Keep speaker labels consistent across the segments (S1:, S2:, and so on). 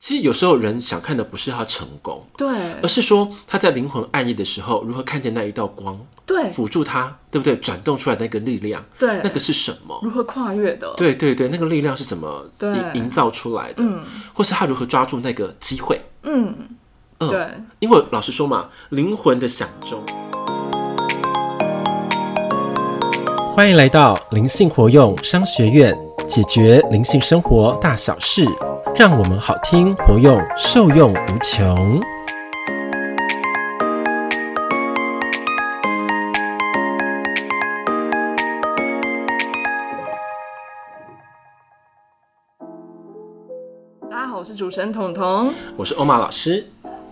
S1: 其实有时候人想看的不是他成功，
S2: 对
S1: 而是说他在灵魂暗夜的时候如何看见那一道光，
S2: 对
S1: 辅助他，对不对？转动出来的那个力量，
S2: 对
S1: 那个是什么？
S2: 如何跨越的？
S1: 对对对，那个力量是怎么
S2: 对
S1: 营营造出来的？
S2: 嗯
S1: 或是他如何抓住那个机会？
S2: 嗯，
S1: 嗯
S2: 对，
S1: 因为老实说嘛，灵魂的响钟。欢迎来到灵性活用商学院，解决灵性生活大小事，让我们好听活用，受用无穷。
S2: 大家好，我是主持人彤彤。
S1: 我是欧玛老师，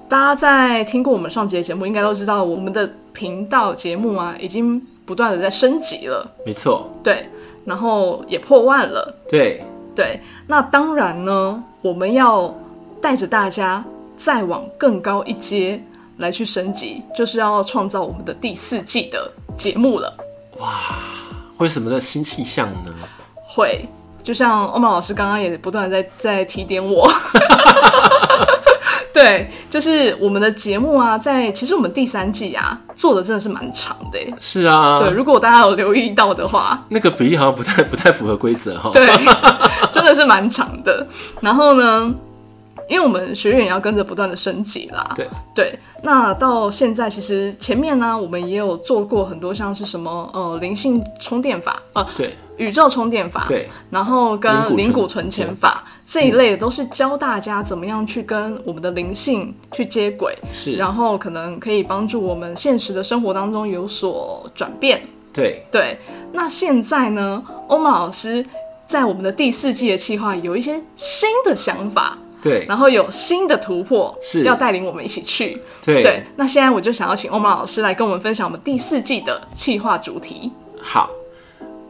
S2: 大家在听过我们上集的节目，应该都知道我们的频道节目啊，已经不断的在升级了，
S1: 没错，
S2: 对，然后也破万了。
S1: 对，
S2: 对，那当然呢，我们要带着大家再往更高一阶来去升级，就是要创造我们的第四季的节目了。
S1: 为什么的新气象呢？
S2: 会，就像欧曼老师刚刚也不断地在在提点 我。对，就是我们的节目啊，在其实我们第三季啊做的真的是蛮长的耶。
S1: 是啊，
S2: 对，如果大家有留意到的话，
S1: 那个比例好像不太不太符合规则哈。
S2: 对，真的是蛮长的。然后呢，因为我们学院也要跟着不断的升级啦。
S1: 对
S2: 那到现在其实前面呢，我们也有做过很多像是什么呃灵性充电法、呃
S1: 对
S2: 宇宙充电法，
S1: 对
S2: 然后
S1: 灵
S2: 跟
S1: 骨
S2: 灵骨
S1: 存
S2: 存钱法这一类的，都是教大家怎么样去跟我们的灵性去接轨，
S1: 是
S2: 然后可能可以帮助我们现实的生活当中有所转变。
S1: 对
S2: 对，那现在呢，欧玛老师在我们的第四季的计划有一些新的想法，
S1: 对
S2: 然后有新的突破，
S1: 是
S2: 要带领我们一起去。
S1: 对
S2: 对，那现在我就想要请欧玛老师来跟我们分享我们第四季的计划主题。
S1: 好。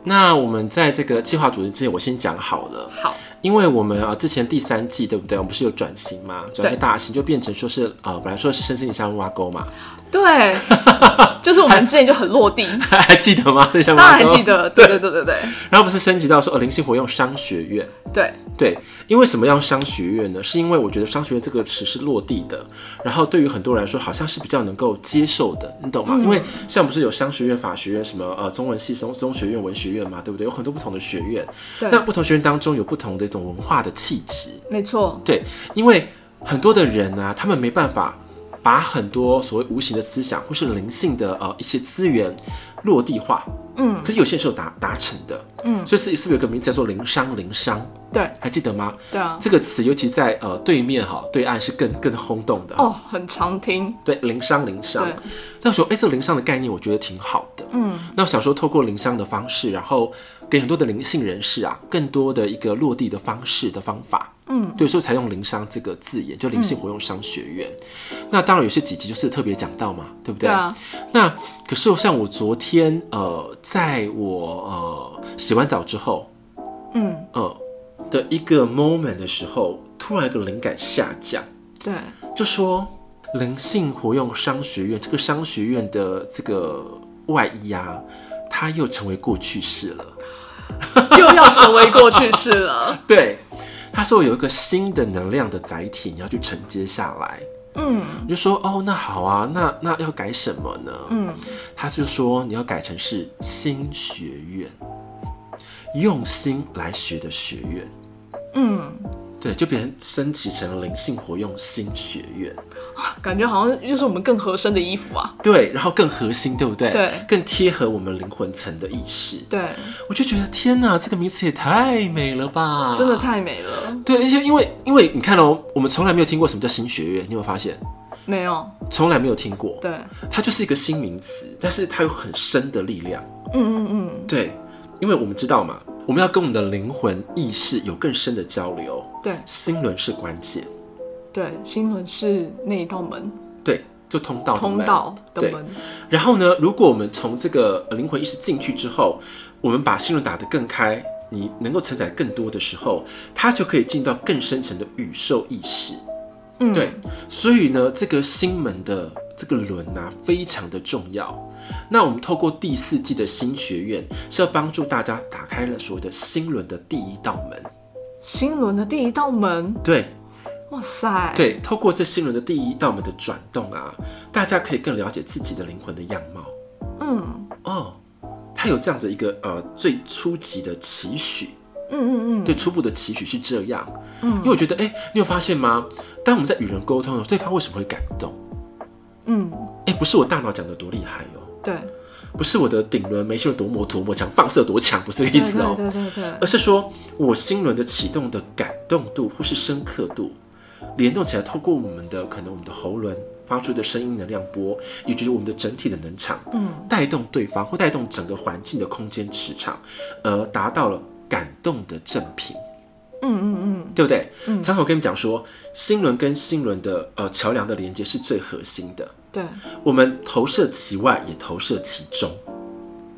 S1: 那我们在这个计划主题之前，我先讲好了，
S2: 好，
S1: 因为我们啊、呃之前第三季对不对？我们不是有转型嘛，转个大型就变成说是呃本来说是身心灵像挖 沟嘛，
S2: 对， 就是我们之前就很落地，
S1: 还记得吗？身心
S2: 当然
S1: 挖
S2: 还
S1: 沟，
S2: 记得，对对对对对
S1: 然后不是升级到说呃灵性活用商学院，
S2: 对，
S1: 对，因为什么样商学院呢？是因为我觉得商学院这个词是落地的，然后对于很多人来说，好像是比较能够接受的，你懂吗？
S2: 嗯
S1: 因为像不是有商学院、法学院、什么呃中文系、中中学院、文学院嘛，对不对？有很多不同的学院，
S2: 对
S1: 那不同学院当中有不同的一种文化的气质，
S2: 没错，
S1: 对，因为很多的人啊，他们没办法把很多所谓无形的思想或是灵性的呃一些资源落地化，
S2: 嗯
S1: 可是有些人是有达达成的，
S2: 嗯
S1: 所以是是不是有个名字叫做灵商？灵商
S2: 对
S1: 还记得吗？
S2: 对啊，
S1: 这个词，尤其在呃对面哈对岸是更更轰动的。
S2: 哦，很常听，
S1: 对，灵商灵商
S2: 对，
S1: 那时候哎、这个灵商的概念我觉得挺好的。
S2: 嗯，
S1: 那我想说，透过灵商的方式，然后给很多的灵性人士啊，更多的一个落地的方式的方法。
S2: 嗯，
S1: 对，所以才用灵商这个字眼，就灵性活用商学院。那当然有些几集就是特别讲到嘛，对不对？
S2: 对啊，
S1: 那可是像我昨天呃，在我呃洗完澡之后，
S2: 嗯，
S1: 呃的一个 moment 的时候，突然一个灵感下降，
S2: 对，
S1: 就说灵性活用商学院这个商学院的这个外衣啊，它又成为过去式了。
S2: 又要成为过去 式了，
S1: 对，他说有一个新的能量的载体，你要去承接下来。
S2: 嗯
S1: 你就说哦，那好啊，那那要改什么呢？
S2: 嗯。
S1: 他就说你要改成是新学院，用心来学的学院。
S2: 嗯，
S1: 对，就变成升级成灵性活用新学院，
S2: 感觉好像又是我们更合身的衣服啊。
S1: 对，然后更核心，对不对？
S2: 对
S1: 更贴合我们灵魂层的意识。
S2: 对，
S1: 我就觉得天哪，这个名词也太美了吧！
S2: 真的太美了。
S1: 对，而且因为因为你看哦，我们从来没有听过什么叫新学院，你有没有发现？
S2: 没有，
S1: 从来没有听过，
S2: 对，
S1: 它就是一个新名词，但是它有很深的力量。
S2: 嗯嗯嗯，
S1: 对，因为我们知道嘛，我们要跟我们的灵魂意识有更深的交流，
S2: 对
S1: 心轮是关键，
S2: 对，新轮是那一道门，
S1: 对，就通道的
S2: 通
S1: 门
S2: 道的
S1: 对
S2: 门。
S1: 然后呢，如果我们从这个呃灵魂意识进去之后，我们把心轮打得更开，你能够承载更多的时候，它就可以进到更深层的宇宙意识。
S2: 嗯，
S1: 对，所以呢，这个心门的这个轮啊，非常的重要。那我们透过第四季的新学院，是要帮助大家打开了所谓的心轮的第一道门。
S2: 新轮的第一道门，
S1: 对，
S2: 哇塞，，
S1: 对，透过这心轮的第一道门的转动啊，大家可以更了解自己的灵魂的样貌。
S2: 嗯
S1: 哦，它有这样子一个呃最初级的期许，
S2: 嗯嗯嗯，
S1: 对初步的期许是这样。
S2: 嗯
S1: 因为我觉得，哎、你有发现吗？当我们在与人沟通的时候，对方为什么会感动？
S2: 嗯
S1: 哎、不是我大脑讲的多厉害哦，
S2: 对，
S1: 不是我的顶轮眉心轮多么多么强，放射多强，不是这个意思哦。
S2: 对对对对
S1: 而
S2: 对，
S1: 是说我心轮的启动的感动度或是深刻度联动起来，透过我们的可能我们的喉轮发出的声音能量波，以及我们的整体的能场，
S2: 嗯
S1: 带动对方或带动整个环境的空间磁场，而达到了感动的正频，
S2: 嗯嗯
S1: 对不对？
S2: 嗯
S1: 常常我跟你们讲说，心轮跟心轮的呃桥梁的连接是最核心的，
S2: 嗯，对，
S1: 我们投射其外，也投射其中，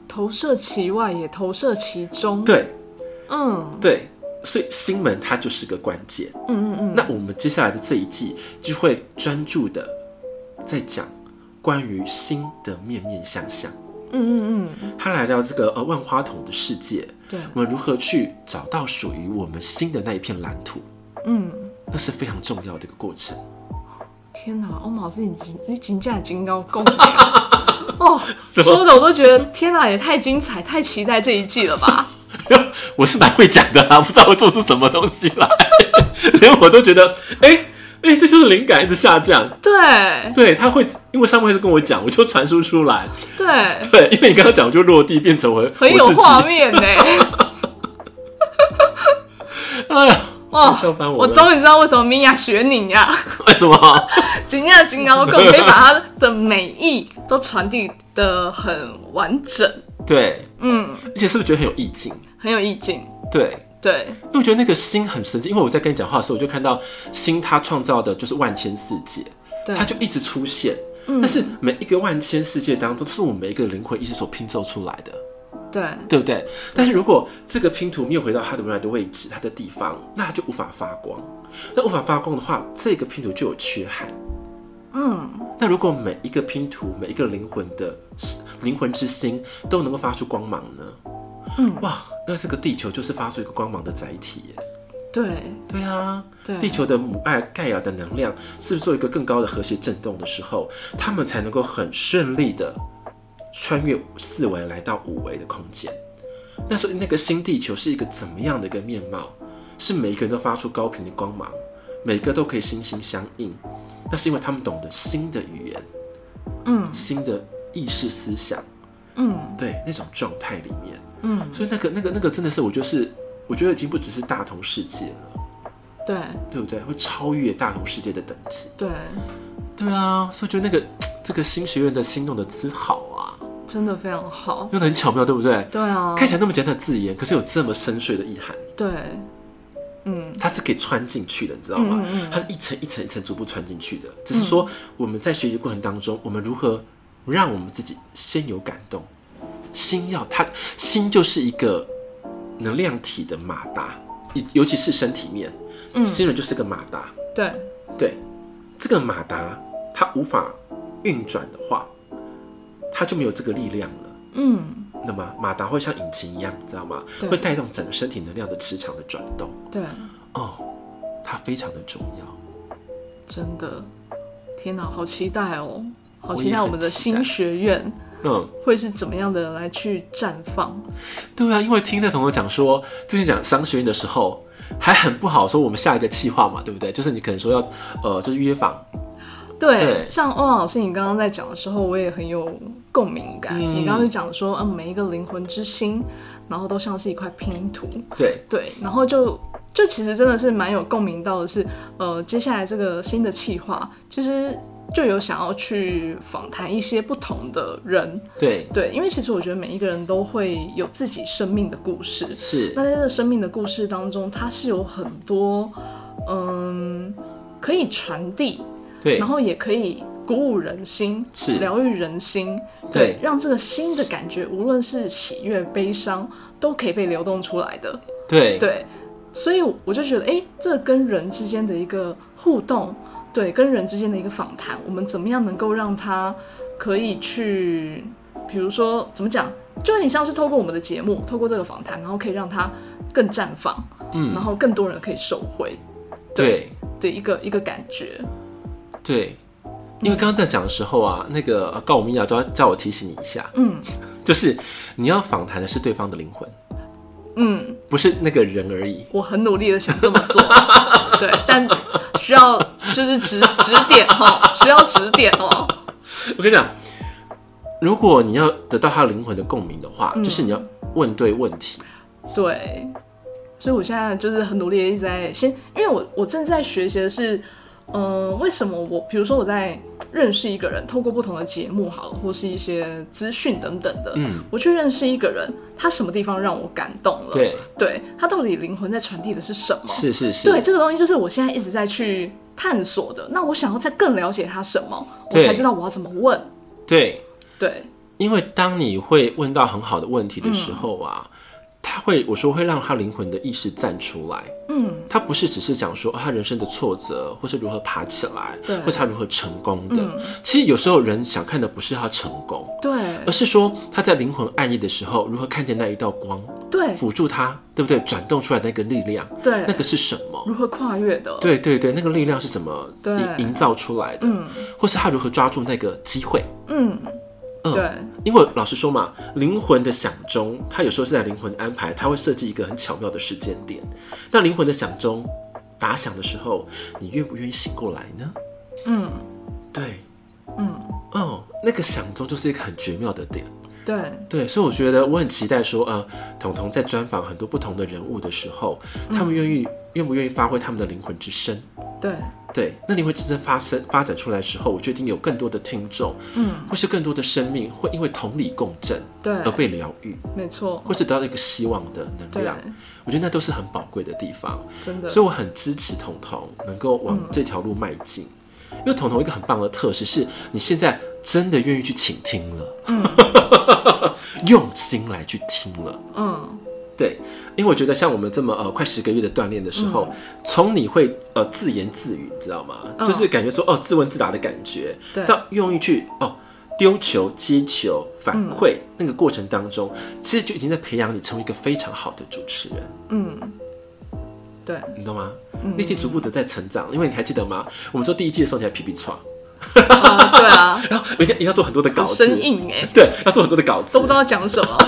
S2: 投射其外也投射其中，，
S1: 对
S2: 嗯
S1: 对，所以心门它就是个关键。
S2: 嗯嗯嗯，
S1: 那我们接下来的这一季就会专注的在讲关于心的面面相相，
S2: 嗯嗯嗯，
S1: 它来到这个呃万花筒的世界，
S2: 对，嗯
S1: 我们如何去找到属于我们心的那一片蓝图，
S2: 嗯，
S1: 那是非常重要的一个过程。
S2: 天哪，欧姆老师嗯你金你金价金高 够了。哦，说的我都觉得天哪，也太精彩，太期待这一季 了吧？
S1: 我是蛮会讲的啊啦，不知道会做出什么东西来， 连我都觉得，哎、哎、这就是灵感一直下降。
S2: 对
S1: 对，他会，因为上面是跟我讲，我就传输出来。
S2: 对，
S1: 对，因为你刚刚讲，我就落地变成我
S2: 很有
S1: 我自己
S2: 画面呢。
S1: 哎呀，
S2: 哇
S1: 笑翻我
S2: 哦我
S1: 了！
S2: 终于知道为什么米娅学你呀、
S1: 为什么？
S2: 金亚金高够，可以把它的美意都传递的很完整，
S1: 对，
S2: 嗯，
S1: 而且是不是觉得很有意境？
S2: 很有意境。
S1: 对，
S2: 对，
S1: 因为我觉得那个心很神奇，因为我在跟你讲话的时候，我就看到心它创造的就是万千世界，
S2: 对，
S1: 它就一直出现。但是每一个万千世界当中，都是我们每一个灵魂意识所拼凑出来的，
S2: 对，
S1: 对不对？但是如果这个拼图没有回到它的原来的位置、它的地方，那它就无法发光。那无法发光的话，这个拼图就有缺憾。
S2: 嗯，
S1: 那如果每一个拼图、每一个灵魂的灵魂之心都能够发出光芒呢？
S2: 嗯
S1: 哇，那这个地球就是发出一个光芒的载体耶。
S2: 对，
S1: 对啊，
S2: 对
S1: 地球的母爱盖亚的能量是不是做一个更高的和谐振动的时候，他们才能够很顺利的穿越四维来到五维的空间。那时候那个新地球是一个怎么样的一个面貌？是每一个人都发出高频的光芒，每个都可以心心相印。那是因为他们懂得新的语言、
S2: 嗯
S1: 新的意识思想，
S2: 嗯
S1: 对那种状态里面。
S2: 嗯，
S1: 所以那个那个那个真的是，我觉得是，我觉得已经不只是大同世界了，
S2: 对
S1: 对不对？会超越大同世界的等级。
S2: 对，
S1: 对啊，所以觉得那个这个新学院的心动的字好啊，
S2: 真的非常好。
S1: 用的很巧妙，对不对？
S2: 对啊，
S1: 看起来那么简单的字眼，可是有这么深邃的意涵，
S2: 对，嗯
S1: 它是可以穿进去的，你知道吗？
S2: 嗯嗯嗯
S1: 它是一层一层一层逐步穿进去的。只是说我们在学习过程当中，我们如何让我们自己先有感动，心要它心就是一个能量体的马达，尤尤其是身体面，
S2: 嗯，
S1: 心人就是个马达。
S2: 对，
S1: 对，这个马达它无法运转的话，它就没有这个力量了。
S2: 嗯
S1: 那么马达会像引擎一样，你知道吗？
S2: 对
S1: 会带动整个身体能量的磁场的转动。
S2: 对，
S1: 哦，它非常的重要。
S2: 真的，天哪，好期待哦，好
S1: 我
S2: 期
S1: 也
S2: 待
S1: 很
S2: 我们的
S1: 期待
S2: 新学院
S1: 嗯，
S2: 会是怎么样的来去绽放。
S1: 对啊，因为听那同学讲说，之前讲商学院的时候还很不好说我们下一个计划嘛，对不对？就是你可能说要呃，就是约访，
S2: 对，
S1: 对
S2: 像欧阳老师你刚刚在讲的时候，我也很有共鸣感。
S1: 嗯
S2: 你刚刚就讲说，嗯，每一个灵魂之心，然后都像是一块拼图，
S1: 对
S2: 对，然后就就其实真的是蛮有共鸣到的是，呃，接下来这个新的企划，其实就有想要去访谈一些不同的人，
S1: 对
S2: 对，因为其实我觉得每一个人都会有自己生命的故事，
S1: 是
S2: 那在这个生命的故事当中，它是有很多，嗯，可以传递
S1: 对
S2: 然后也可以鼓舞人心，
S1: 是
S2: 疗愈人心，
S1: 对
S2: 让这个心的感觉，无论是喜悦、悲伤，都可以被流动出来的。
S1: 对
S2: 对，所以我就觉得，哎，这跟人之间的一个互动，对，跟人之间的一个访谈，我们怎么样能够让他可以去，比如说怎么讲，就有点像是透过我们的节目，透过这个访谈，然后可以让他更绽放，
S1: 嗯
S2: 然后更多人可以受惠。
S1: 对
S2: 的一个一个感觉。
S1: 对，因为刚刚在讲的时候啊，那个呃告我们雅就叫我提醒你一下，
S2: 嗯
S1: 就是你要访谈的是对方的灵魂，
S2: 嗯，
S1: 不是那个人而已。
S2: 我很努力的想这么做，对，但需要就是指指点哦，需要指点哦。
S1: 我跟你讲，如果你要得到他灵魂的共鸣的
S2: 嗯
S1: 话，就是你要问对问题。
S2: 对，所以我现在就是很努力的一直在先，因为我我正在学习的是，嗯、为什么我比如说我在认识一个人，透过不同的节目好了，或是一些资讯等等的，
S1: 嗯，
S2: 我去认识一个人，他什么地方让我感动了？，
S1: 对，
S2: 对他到底灵魂在传递的是什么？
S1: 是是是，
S2: 对，这个东西就是我现在一直在去探索的。那我想要再更了解他什么，我
S1: 对
S2: 才知道我要怎么问。
S1: 对，
S2: 对，
S1: 因为当你会问到很好的问题的时候啊，他会我说会让他灵魂的意识站出来。
S2: 嗯，
S1: 他不是只是讲说、哦、他人生的挫折，或是如何爬起来
S2: 对，嗯
S1: 或是他如何成功的。其实有时候人想看的不是他成功，
S2: 对
S1: 而，是说他在灵魂暗夜的时候如何看见那一道光，
S2: 对，
S1: 辅助他，对不对？转动出来的那个力量，那
S2: 对，
S1: 个是什么？
S2: 如何跨越的？，
S1: 对对对，那个力量是怎么
S2: 对
S1: 营营造出来的？
S2: 嗯
S1: 或是他如何抓住那个机会？
S2: 嗯，
S1: 嗯
S2: 对，
S1: 因为老实说嘛，灵魂的响钟，它有时候是在灵魂的安排，它会设计一个很巧妙的时间点。那灵魂的响钟打响的时候，你愿不愿意醒过来呢？
S2: 嗯
S1: 对，
S2: 嗯，
S1: 哦，那个响钟就是一个很绝妙的点。
S2: 对，
S1: 对，所以我觉得我很期待说，呃，彤彤在专访很多不同的人物的时候，他们愿意
S2: 嗯
S1: 愿不愿意发挥他们的灵魂之声？
S2: 对，
S1: 对，那灵魂之声发生发展出来之后，我决定有更多的听众，
S2: 嗯，
S1: 或是更多的生命会因为同理共振
S2: 对
S1: 而，被疗愈，
S2: 没错，
S1: 或者得到一个希望的能
S2: 对，
S1: 量。我觉得那都是很宝贵的地方，
S2: 真的，
S1: 所以我很支持彤彤能够往
S2: 嗯
S1: 这条路迈进。因为彤彤一个很棒的特质是，你现在真的愿意去倾听了，
S2: 嗯
S1: 用心来去听了。
S2: 嗯，
S1: 对，因为我觉得像我们这么呃快十个月的锻炼的时候，从、你会呃自言自语，你知道吗？
S2: 嗯
S1: 就是感觉说哦自问自答的感觉，
S2: 对，
S1: 到用意去哦丢球、接球、反
S2: 嗯
S1: 馈、那个过程当中，其实就已经在培养你成为一个非常好的主持人，
S2: 嗯，对，
S1: 你懂吗？
S2: 嗯
S1: 你已经逐步的在成长，因为你还记得吗？我们做第一季的时候你还皮皮喘，
S2: 啊，对啊，
S1: 然后一定一定要做很多的稿
S2: 好
S1: 子，
S2: 生硬哎，
S1: 对，要做很多的稿子，
S2: 都不知道讲什么。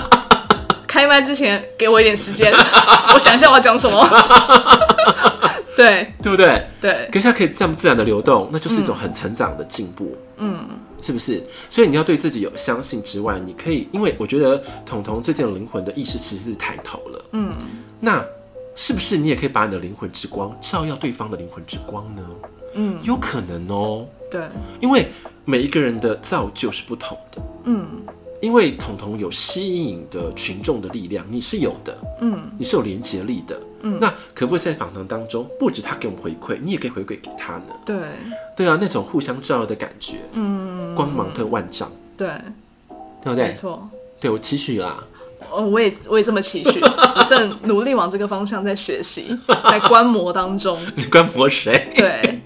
S2: 开麦之前给我一点时间， 我想一下我要讲什么。对
S1: 对不对？
S2: 对，
S1: 可是它可以这样自然的流动，那就是一
S2: 嗯
S1: 种很成长的进步，嗯，是不是？所以你要对自己有相信之外，你可以，因为我觉得彤彤最近的灵魂的意识其实是抬头了，
S2: 嗯，
S1: 那是不是你也可以把你的灵魂之光照耀对方的灵魂之光呢？
S2: 嗯，
S1: 有可能哦，
S2: 对，
S1: 因为每一个人的造就是不同的，
S2: 嗯
S1: 因为彤彤有吸引的群众的力量，你是有的，
S2: 嗯
S1: 你是有连接力的，嗯，那可不可以在访谈当中，不止他给我们回馈，你也可以回馈给他呢？
S2: 对，
S1: 对啊，那种互相照耀的感觉，
S2: 嗯
S1: 光芒跟万丈，
S2: 对，
S1: 对不
S2: 没
S1: 嗯对？
S2: 错。
S1: 对我期许啦，
S2: 嗯，我也我也这么期许，我正努力往这个方向在学习，在观摩当中。
S1: 你观摩谁？
S2: 对，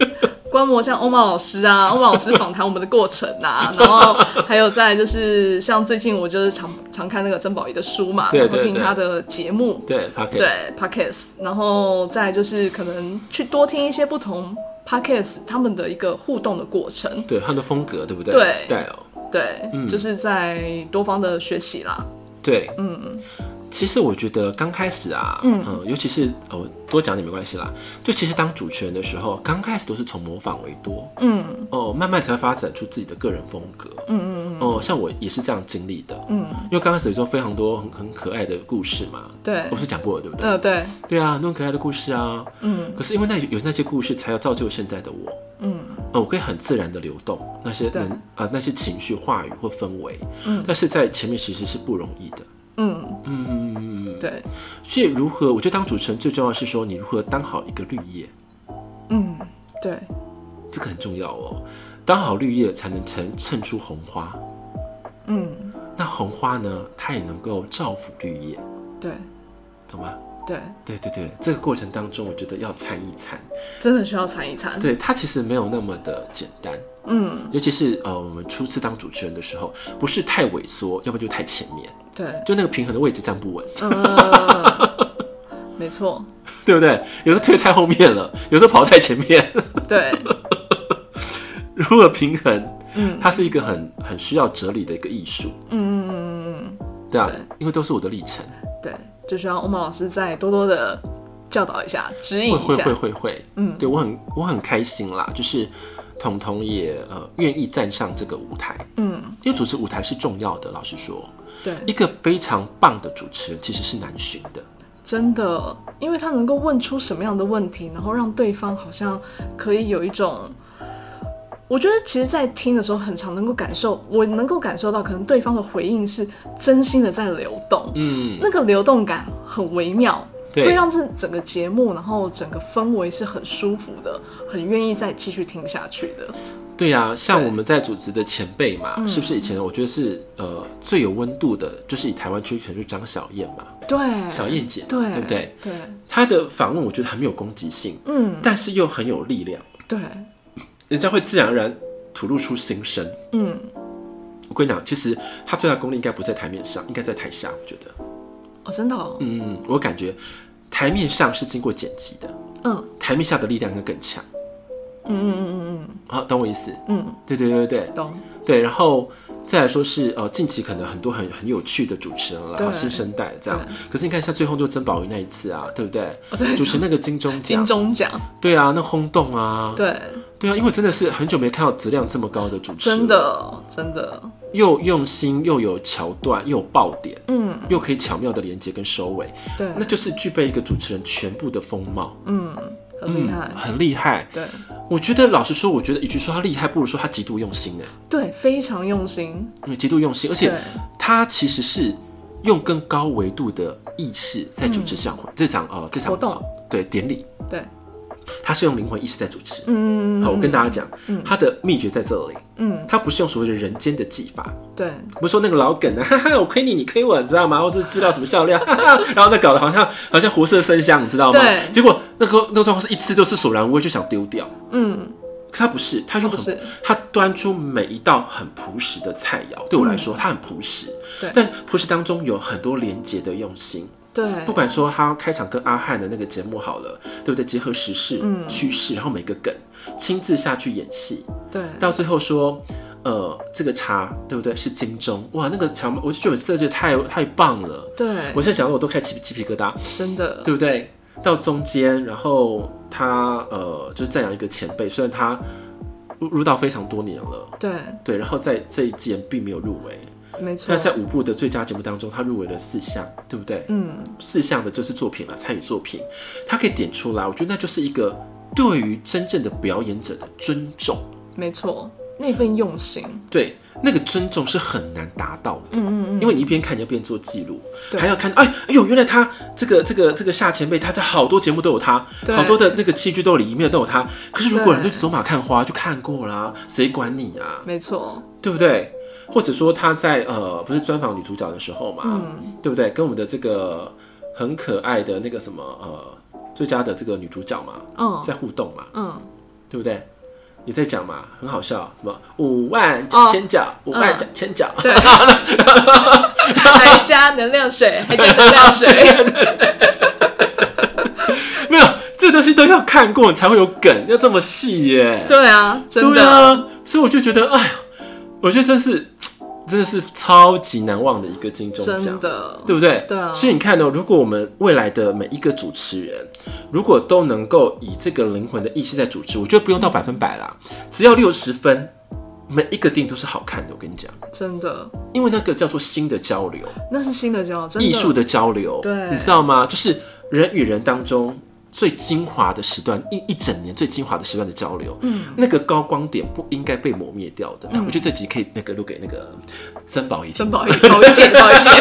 S2: 观摩像欧曼老师啊，欧曼老师访谈我们的过程啊，然后还有再就是像最近我就是常常看那个曾宝仪的书嘛，
S1: 对
S2: 然后
S1: 对
S2: 听
S1: 对
S2: 他的节目，
S1: 对 p o c k e
S2: 对
S1: t
S2: podcast，然后再就是可能去多听一些不同 podcast 他们的一个互动的过程，
S1: 对，他的风格，对不对？
S2: 对
S1: s t y l e
S2: 对，就是在多方的学习啦，
S1: 对，嗯。其实我觉得刚开始啊，嗯、尤其是哦，多讲点没关系啦。就其实当主持人的时候，刚开始都是从模仿为多，
S2: 嗯
S1: 哦，慢慢才会发展出自己的个人风格。嗯嗯嗯。哦，像我也是这样经历的，嗯，因为刚开始有时候非常多很很可爱的故事嘛，
S2: 对
S1: 我，是讲过的，对不对？
S2: 嗯、对，
S1: 对啊，那种可爱的故事啊，
S2: 嗯
S1: 可是因为那有那些故事，才要造就现在的我。
S2: 嗯
S1: 呃，我可以很自然的流动那些
S2: 对
S1: 能啊、那些情绪、话语或氛围。
S2: 嗯
S1: 但是在前面其实是不容易的。
S2: 嗯，
S1: 嗯嗯嗯嗯。嗯。
S2: 对，
S1: 所以如何？我觉得当主持人最重要的是说你如何当好一个绿叶，
S2: 嗯对，
S1: 这个很重要哦。当好绿叶才能衬衬出红花。
S2: 嗯
S1: 那红花呢，它也能够造福绿叶，
S2: 对
S1: 懂吗？
S2: 对，
S1: 对对对，这个过程当中，我觉得要参一参。
S2: 真的需要铲一铲，
S1: 对，它其实没有那么的简单。
S2: 嗯
S1: 尤其是呃，我们初次当主持人的时候，不是太萎缩，要不然就太前面，
S2: 对，
S1: 就那个平衡的位置站不稳。
S2: 嗯，没没错，
S1: 对不对？有时候退太后面了， 有时候跑太前面。
S2: 对，
S1: 如何平衡，
S2: 嗯
S1: 它是一个很很需要哲理的一个艺术，
S2: 嗯嗯嗯嗯嗯，
S1: 对啊，
S2: 对
S1: 因为都是我的历程，
S2: 对，就需要欧曼老师再多多的教导一下，指引
S1: 会会
S2: 一下。
S1: 会会会，
S2: 嗯
S1: 对我很我很开心啦，就是彤彤也呃愿意站上这个舞台，
S2: 嗯，
S1: 因为主持舞台是重要的，老实说，
S2: 对，
S1: 一个非常棒的主持人其实是难寻的，
S2: 真的，因为他能够问出什么样的问题，然后让对方好像可以有一种，我觉得其实，在听的时候，很常能够感受，我能够感受到，可能对方的回应是真心的在流动，
S1: 嗯，
S2: 那个流动感很微妙，会
S1: 对
S2: 让这整个节目，然后整个氛围是很舒服的，很愿意再继续听下去的。
S1: 对呀、像
S2: 对嗯
S1: 我们在组织的前辈嘛，是不是以前我觉得是呃最有温度的，就是以台湾区可能就是张小燕嘛，
S2: 对，
S1: 小燕姐，
S2: 对，
S1: 对不对？？
S2: 对，
S1: 她的访问我觉得很没有攻击性，
S2: 嗯，
S1: 但是又很有力量，
S2: 对，
S1: 人家会自然而然吐露出心声。
S2: 嗯，
S1: 我跟你讲，其实他最大功力应该不在台面上，应该在台下。我觉得，
S2: 哦，真的、哦，
S1: 嗯，我感觉台面上是经过剪辑的，
S2: 嗯，
S1: 台面下的力量应该更强。
S2: 嗯嗯嗯
S1: 好，懂我意思？
S2: 嗯嗯
S1: 对对对对
S2: 嗯，懂，
S1: 对。然后再来说是呃，近期可能很多很很有趣的主持人啦，
S2: 对
S1: 新生代这样。可是你看一下最后就曾宝仪那一次啊，对不对？
S2: 哦对
S1: 主持那个金钟
S2: 金
S1: 奖，
S2: 钟奖，
S1: 对啊，那轰动啊，
S2: 对。
S1: 对啊，因为真的是很久没看到质量这么高的主持了，
S2: 真的，哦真的，
S1: 又用心又有桥段又有爆点，
S2: 嗯，
S1: 又可以巧妙的连接跟收尾，
S2: 对，
S1: 那就是具备一个主持人全部的风貌，
S2: 嗯，很厉害，
S1: 很厉害。
S2: 对，
S1: 我觉得老实说，我觉得与其说他厉害，不如说他极度用心哎，
S2: 对，非常用心，
S1: 因为极度用心，而且
S2: 对，
S1: 他其实是用更高维度的意识在主持这场、这场呃这场
S2: 嗯活动
S1: 呃对典礼，
S2: 对，
S1: 他是用灵魂意识在主持。
S2: 嗯，
S1: 好，我跟
S2: 他，
S1: 大家讲，他的秘诀在这里，
S2: 嗯，
S1: 他不是用所谓的人间的技法，
S2: 对，
S1: 不是说那个老梗啊，哈哈，我亏你，你亏我，你知道吗？或是知道什么笑料，哈哈，然后那搞得好像好像活色生香，你知道吗？
S2: 对
S1: 结果那个那个状况是一吃就是索然无味，就想丢掉。
S2: 嗯，
S1: 可他不是，他用
S2: 不是
S1: 很他端出每一道很朴实的菜肴，对我来说，他很朴实。
S2: 嗯对
S1: 但是朴实当中有很多连结的用心，
S2: 对
S1: 不，管说他开场跟阿汉的那个节目好了，对不对？结合时事、
S2: 嗯
S1: 趋势，然后每个梗亲自下去演戏，
S2: 对，
S1: 到最后说，呃，这个茶对不对？是金钟，哇，那个茶，我就觉得设计得太太棒了。
S2: 对
S1: 我，现在想到我都开始起鸡皮疙瘩，
S2: 真的，
S1: 对不对？到中间，然后他呃，就是赞扬一个前辈，虽然他入入道非常多年了，
S2: 对，
S1: 对，然后在这一届并没有入围，
S2: 没错
S1: 但，在五部的最佳节目当中，他入围了四项，对不对？
S2: 嗯，
S1: 四项的就是作品啊，参与作品，他可以点出来，我觉得那就是一个对于真正的表演者的尊重。
S2: 没错，那份用心，
S1: 对，那个尊重是很难达到的，
S2: 嗯嗯
S1: 因为你一边看你要边做记录，
S2: 对
S1: 还要看，哎哎呦，原来他这个这个这个夏前辈，他在好多节目都有他，
S2: 对
S1: 好多的那个戏剧都有里面都有他。可是如果
S2: 对
S1: 人就走马看花就看过啦，谁管你啊
S2: 嗯，，没错，
S1: 对不对？或者说他在呃不是专访女主角的时候嘛，
S2: 嗯，
S1: 对不对？跟我们的这个很可爱的那个什么呃最佳的这个女主角嘛，
S2: 嗯，
S1: 在互动嘛，
S2: 嗯，
S1: 对不对？你在讲嘛，很好笑，什么五万九
S2: 哦
S1: 千角，五万
S2: 嗯
S1: 九千角，
S2: 对，还加能量 水，还加能量水，
S1: 没有，这东西都要看过你才会有梗，要这么细耶。
S2: 对啊，真
S1: 对
S2: 的，
S1: 啊，所以我就觉得，哎呀，我觉得真是真的是超级难忘的一个金钟
S2: 真
S1: 啊奖，
S2: 的，
S1: 对不对？
S2: 对啊
S1: 所以你看哦，如果我们未来的每一个主持人，如果都能够以这个灵魂的意识在主持，我觉得不用到百分百啦，只要六十分，每一个定都是好看的。我跟你讲，
S2: 真的，
S1: 因为那个叫做新的交流。
S2: 那是新的教，真的
S1: 艺术的交流，
S2: 对
S1: 你知道吗？就是人与人当中最精华的时段，一一整年最精华的时段的交流，嗯，那个高光点不应该被磨灭掉的。那我觉得这集可以那个录给那个珍宝一听，
S2: 真不好意思，嗯宝仪 姐，宝仪姐，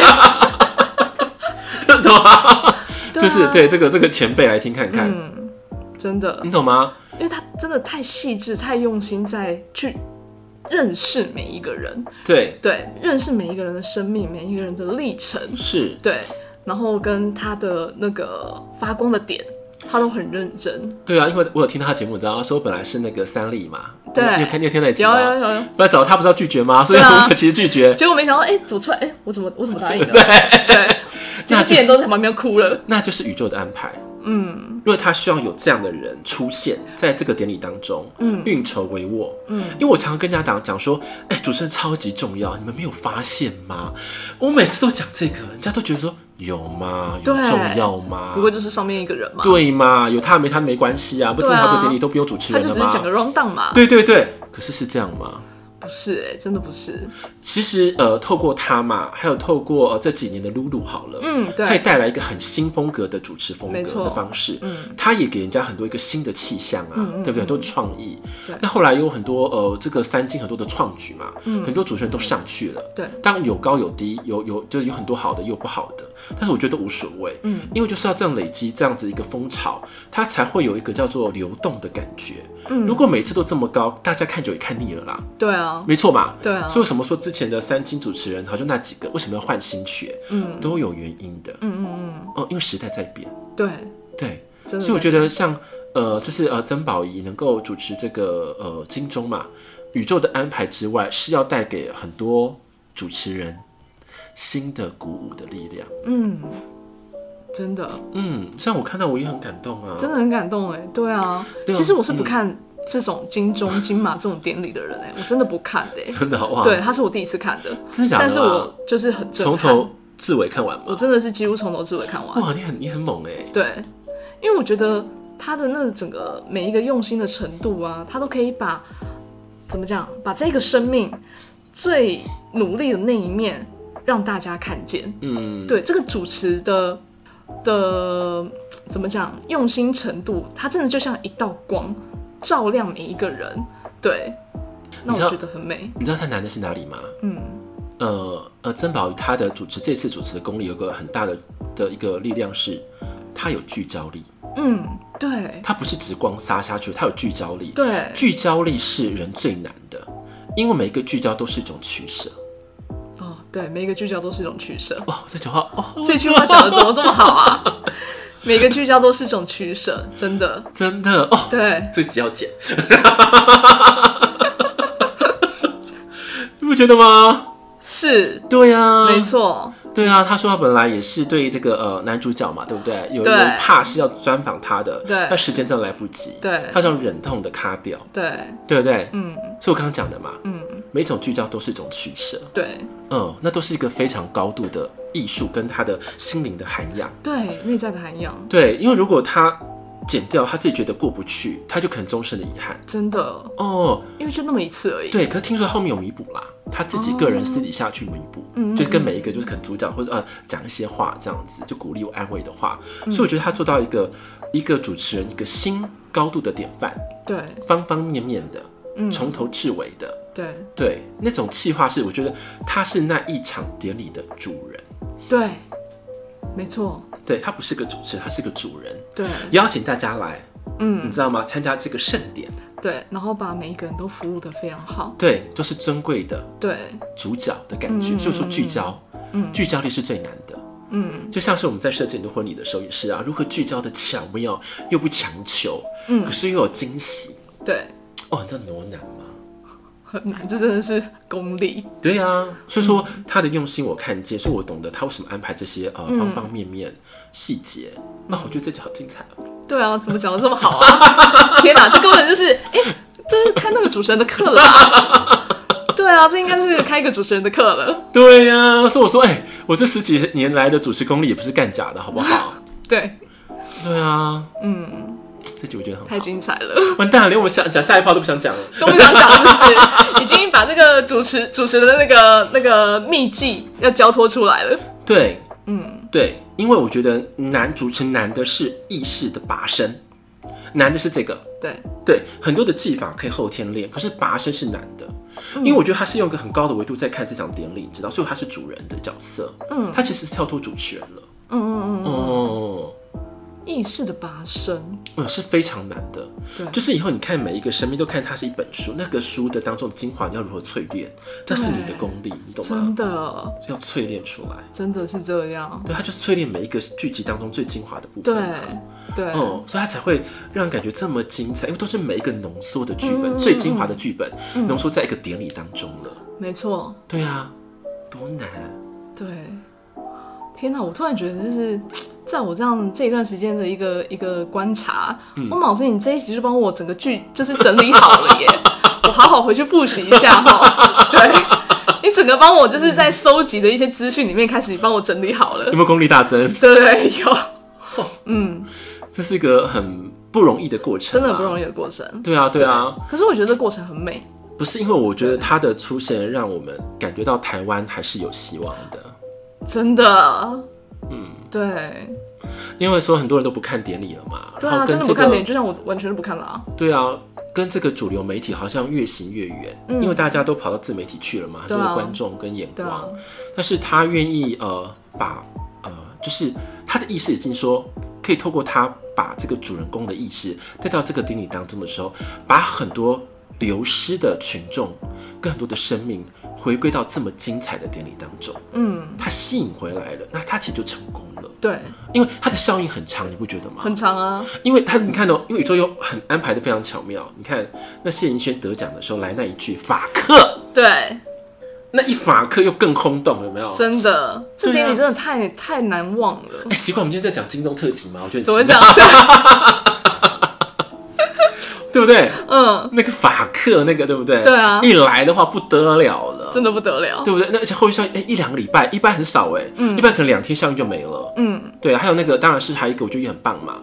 S1: 真的吗？
S2: 对啊
S1: 就是对这个这个前辈来听看看，
S2: 嗯，真的，
S1: 你懂吗？
S2: 因为他真的太细致、太用心，在去认识每一个人，
S1: 对，
S2: 对，认识每一个人的生命、每一个人的历程，
S1: 是，
S2: 对，然后跟他的那个发光的点，他都很认真，
S1: 对啊，因为我有听他节目，你知道，他说本来是那个三立嘛，
S2: 对
S1: 你有看你有听那集
S2: 有
S1: 吗？
S2: 有有有。
S1: 不然找他不是要拒绝吗？所以
S2: 对啊
S1: 我其实拒绝，
S2: 结果没想到，哎、走出来，哎、我怎么我怎么答应的？对，结
S1: 那就
S2: 果见人都在旁边哭了。
S1: 那就是宇宙的安排，
S2: 嗯
S1: 因为他希望有这样的人出现在这个典礼当中，
S2: 嗯
S1: 运筹帷幄。
S2: 嗯，
S1: 因为我常常跟人家讲讲说，哎、主持人超级重要，你们没有发现吗？我每次都讲这个，人家都觉得说有吗？有
S2: 对
S1: 重要吗？
S2: 不过就是上面一个人嘛，
S1: 嗯对嘛，有他没他没关系啊，不
S2: 对
S1: 至
S2: 啊
S1: 少的典礼都不用主持
S2: 他
S1: 人了
S2: 就只是
S1: 吗？
S2: 讲个 round down 嘛。
S1: 对对对，可是是这样吗？
S2: 不是哎、真的不是。
S1: 其实呃，透过他嘛，还有透过、呃、这几年的露露好了，
S2: 嗯，
S1: 他也
S2: 对，
S1: 带来一个很新风格的主持风格
S2: 没错
S1: 的方式，
S2: 嗯
S1: 他也给人家很多一个新的气象啊，
S2: 嗯嗯
S1: 对不对？
S2: 嗯
S1: 很多创意
S2: 对。
S1: 那后来有很多呃，这个三金很多的创举嘛，
S2: 嗯
S1: 很多主持人都上去了。
S2: 对，
S1: 当然有高有低，有有就是有很多好的，也有不好的，但是我觉得都无所谓，
S2: 嗯
S1: 因为就是要这样累积这样子一个风潮，它才会有一个叫做流动的感觉。
S2: 嗯
S1: 如果每次都这么高，大家看久也看腻了啦，
S2: 对啊，
S1: 没错嘛。
S2: 对啊，
S1: 所以为什么说之前的三金主持人好像那几个为什么要换新血，
S2: 嗯
S1: 都有原因的
S2: 嗯嗯
S1: 哦，因为时代在变，
S2: 嗯，对，
S1: 对。
S2: 真的。
S1: 所以我觉得像呃，就是呃，曾宝仪能够主持这个呃金钟嘛，宇宙的安排之外，是要带给很多主持人新的鼓舞的力量。
S2: 得，嗯，真的，
S1: 嗯，像我看到我也很感动啊，
S2: 真的很感动哎、对啊，
S1: 对啊
S2: 其实我是不看这种金钟、金马这种典礼的人哎、我真的不看的、欸。
S1: 真的哇，
S2: 对，，他是我第一次看的，
S1: 真的假的啊？
S2: 但是我就是很震
S1: 从
S2: 撼
S1: 头至尾看完
S2: 我
S1: 嘛，
S2: 真的是几乎从头至尾看完。
S1: 哇，你很你很猛哎、
S2: 对，因为我觉得他的那整个每一个用心的程度啊，他都可以把怎么讲，把这个生命最努力的那一面让大家看见。
S1: 嗯，
S2: 对这个主持的的怎么讲，用心程度，它真的就像一道光，照亮每一个人。对，那
S1: 你知道
S2: 我觉得很美。
S1: 你知道他难的是哪里吗？
S2: 嗯
S1: 呃呃，曾宝仪他的主持这次主持的功力有个很大的的一个力量是，他有聚焦力，
S2: 嗯，对
S1: 他不是只光杀下去，他有聚焦力。
S2: 对，
S1: 聚焦力是人最难的，因为每一个聚焦都是一种取舍。
S2: 哦对，每一个聚焦都是一种取舍。
S1: 哇，这句话哦，
S2: 这句话讲的怎么这么好啊？ 每个聚焦都是一种取舍，真的。
S1: 真的哦，
S2: 对，
S1: 这集要剪， 你不觉得吗？
S2: 是，
S1: 对啊，
S2: 没，错，
S1: 对啊。他说他本来也是对这个呃男主角嘛，对不对？有
S2: 对
S1: 人怕是要专访他的，
S2: 对
S1: 但时间真的来不及，
S2: 对
S1: 他想忍痛的卡掉，
S2: 对，
S1: 对不对？
S2: 嗯
S1: 所以我刚刚讲的嘛，
S2: 嗯，
S1: 每种聚焦都是一种取舍，
S2: 对
S1: 嗯，那都是一个非常高度的艺术跟他的心灵的涵养。
S2: 对，内在的涵养，
S1: 对，因为如果他剪掉，他自己觉得过不去，他就可能终身的遗憾。
S2: 真的，
S1: 哦，
S2: 因为就那么一次而已。
S1: 对，可是听说后面有弥补啦，他自己个人私底下去弥补，
S2: 嗯
S1: 就是跟每一个就是可能主角或者呃讲一些话这样子，就鼓励我安慰的话，
S2: 嗯
S1: 所以我觉得他做到一个一个主持人一个新高度的典范，
S2: 对，
S1: 方方面面的，
S2: 嗯，
S1: 从头至尾的，
S2: 对
S1: 对，那种气话是我觉得他是那一场典礼的主人，
S2: 对，没错，
S1: 对他不是个主持人，他是个主人，
S2: 对，
S1: 邀请大家来，你
S2: 嗯，
S1: 知道吗？参加这个盛典。
S2: 对，然后把每一个人都服务的非常好，
S1: 对，都是尊贵的
S2: 对，
S1: 主角的感觉，
S2: 嗯
S1: 所以说聚焦，
S2: 嗯
S1: 聚焦力是最难的。
S2: 嗯
S1: 就像是我们在设计你的婚礼的时候也是啊，如何聚焦的巧妙又不强求，可
S2: 嗯，
S1: 是又有惊喜。
S2: 对，
S1: 哦，你知道多难吗？
S2: 很难，这真的是功力，
S1: 对啊，所以说
S2: 嗯
S1: 他的用心我看见，所以我懂得他为什么安排这些呃方方面面细节。那、我觉得这集好精彩哦！
S2: 对啊，怎么讲的这么好啊？ 天哪，这根本就是，哎、这是开那个主持人的课了吧？对啊，这应该是开一个主持人的课了。
S1: 对呀、所以我说，哎、我这十几年来的主持功力也不是干假的，好不好？
S2: 对，
S1: 对啊，
S2: 嗯，
S1: 这集我觉得很
S2: 太
S1: 好。
S2: 精彩了，
S1: 完蛋了，连我想讲下一趴都不想讲了。
S2: 都不想讲，就是已经把这个主持主持人的那个那个秘技要交托出来了。
S1: 对，
S2: 嗯，
S1: 对，因为我觉得难主持难的是意识的拔升，难的是这个。
S2: 对，
S1: 对，很多的技法可以后天练，可是拔升是难的，
S2: 嗯
S1: 因为我觉得他是用一个很高的维度在看这场典礼，你知道，所以他是主人的角色，
S2: 嗯
S1: 他其实是跳脱主持人了，
S2: 嗯嗯嗯。
S1: 哦，
S2: 意识的拔升，
S1: 嗯，是非常难的
S2: 对，
S1: 就是以后你看每一个生命都看它是一本书，那个书的当中的精华你要如何淬炼，那是你的功力，你懂
S2: 真
S1: 吗？
S2: 的，
S1: 是要淬炼出来，
S2: 真的是这样。
S1: 对，它就是淬炼每一个剧集当中最精华的部
S2: 对
S1: 分啊、，
S2: 对，
S1: 哦，所以他才会让感觉这么精彩，因为都是每一个浓缩的剧本，
S2: 嗯
S1: 最精华的剧本浓缩在一个典礼当中了。
S2: 没错，呃
S1: 对啊，多难啊！
S2: 对，天哪，我突然觉得就是。在我这样这一段时间的一个一个观察，
S1: 嗯
S2: 哇，老师，你这一集就帮我整个剧就是整理好了耶， 我好好回去复习一下哈。对，你整个帮我就是在收集的一些资讯里面开始，你帮我整理好了
S1: 有。没有功力大增？
S2: 对对，有，
S1: 这是一个很不容易的过程、啊
S2: 真的很不容易。的过程。
S1: 对啊，对啊，
S2: 可是我觉得这过程很美，
S1: 不是因为我觉得他的出现让我们感觉到台湾还是有希望的，
S2: 真的。嗯，对，
S1: 因为说很多人都不看典礼了嘛，
S2: 对
S1: 然
S2: 啊，
S1: 后
S2: 真
S1: 跟这
S2: 的不看电影，
S1: 个
S2: 就像我完全都不看了啊。
S1: 对啊，跟这个主流媒体好像越行越远，因为大家都跑到自媒体去了嘛，很
S2: 嗯对
S1: 多
S2: 啊
S1: 的观众跟眼
S2: 对
S1: 光，
S2: 啊，
S1: 但是他愿意呃把呃就是他的意识已经说可以透过他把这个主人公的意识带到这个典礼当中的时候，把很多流失的群众跟很多的生命回归到这么精彩的典礼当中，
S2: 嗯，
S1: 他吸引回来了，那他其实就成功了，
S2: 对，
S1: 因为他的效应很长，你不觉得吗？
S2: 很长啊，
S1: 因为他你看哦，因为宇宙又很安排的非常巧妙，你看那谢盈萱得奖的时候来那一句法克。
S2: 对，
S1: 那一法克又更轰动，有没有？
S2: 真的，这典
S1: 对
S2: 礼
S1: 啊
S2: 真的太太难忘了
S1: 哎、。奇怪，我们今天在讲京东特辑吗？我觉得很
S2: 怎么
S1: 奇怪
S2: 讲？？ 对
S1: 对不对？
S2: 嗯，
S1: 那个法克那个，对不对？
S2: 对啊
S1: 一来的话不得了了，
S2: 真的不得了。
S1: 对不对？那而且后续效应，哎、一两个礼拜，一般很少哎、一般可能两天效应就没了。
S2: 嗯，
S1: 对，啊还有那个，当然是还有一个，我觉得也很棒嘛，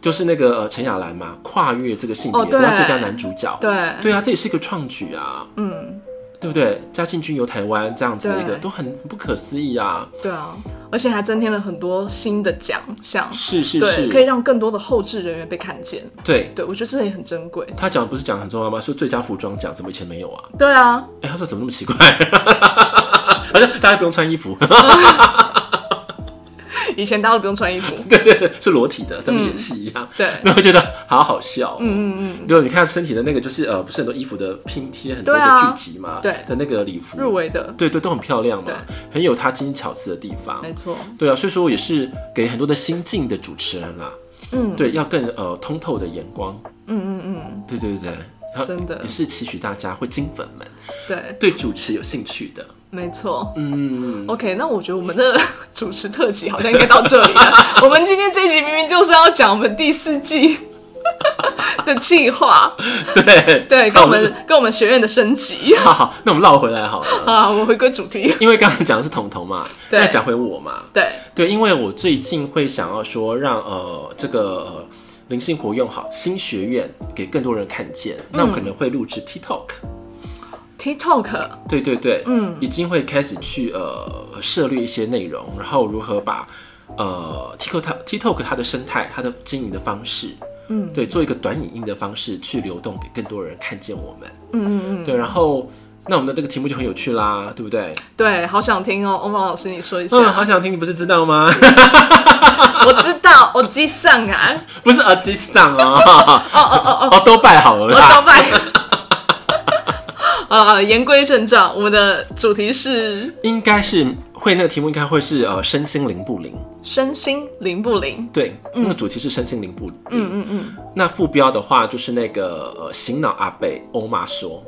S1: 就是那个呃陈雅兰嘛，跨越这个性别
S2: 哦
S1: 得到
S2: 对
S1: 最佳男主角。
S2: 对，
S1: 对啊，这也是一个创举啊，
S2: 嗯，
S1: 对不对？嘉庆君游台湾这样子的一个，
S2: 对
S1: 都很很不可思议啊。
S2: 对啊，而且还增添了很多新的奖项，
S1: 是是
S2: 对，可以
S1: 是，
S2: 让更多的后置人员被看见。
S1: 对。
S2: 对，我觉得这也很珍贵。
S1: 他讲的不是讲很重要吗？说最佳服装奖怎么以前没有啊？
S2: 对啊，
S1: 哎、他说怎么那么奇怪？ 好像大家不用穿衣服，
S2: 以前大家都不用穿衣服。
S1: 对对对，是裸体的，他们
S2: 嗯
S1: 演戏一样。
S2: 对，
S1: 那我觉得好好笑、嗯嗯嗯，对，你看身体的那个，就是呃，不是很多衣服的拼贴，很多
S2: 对啊
S1: 的剧集嘛，
S2: 对
S1: 的那个礼服，
S2: 入围的，
S1: 对对，都很漂亮嘛
S2: 对，
S1: 很有它精巧思的地方。
S2: 没错。
S1: 对啊，所以说我也是给很多的新晋的主持人啦，
S2: 嗯，
S1: 对，要更呃通透的眼光，
S2: 嗯嗯嗯，
S1: 对对对，然后
S2: 真的
S1: 也是期许大家会金粉们
S2: 对，
S1: 对主持有兴趣的，
S2: 没错。
S1: 嗯，
S2: OK，那我觉得我们的 主持特辑好像应该到这里了。 我们今天这一集明明就是要讲我们第四季 的计划，
S1: 对
S2: 对，跟
S1: 好
S2: 我们跟我们学院的升级
S1: 好好，那我们绕回来好了，
S2: 啊。我们回归主题，
S1: 因为刚刚讲的是彤彤嘛，
S2: 对
S1: 那讲回我嘛，
S2: 对，
S1: 对，因为我最近会想要说让呃这个呃灵性活用好新学院给更多人看见，那
S2: 嗯
S1: 我可能会录制 TikTok，、
S2: TikTok，
S1: 对对对，
S2: 嗯，
S1: 已经会开始去呃涉猎一些内容，然后如何把呃 TikTok TikTok 它的生态、它的经营的方式，
S2: 嗯，
S1: 对，做一个短影音的方式去流动给更多人看见我们，
S2: 嗯嗯嗯，
S1: 对，然后那我们的这个题目就很有趣啦，对不对？
S2: 对，好想听哦，欧曼老师你说一下，
S1: 嗯，好想听，你不是知道吗？
S2: 我知道，我记上啊，
S1: 不是耳机上哦，
S2: 哦哦哦哦，
S1: 哦，都拜好了
S2: 我
S1: 啦。
S2: 倒拜。呃，言归正传，我们的主题是
S1: 应该是会那个题目应该会是呃身心灵不灵，
S2: 身心灵不灵？
S1: 对，那个主题是身心灵不灵。
S2: 嗯嗯嗯，
S1: 那副标的话就是那个呃醒脑阿贝欧妈说，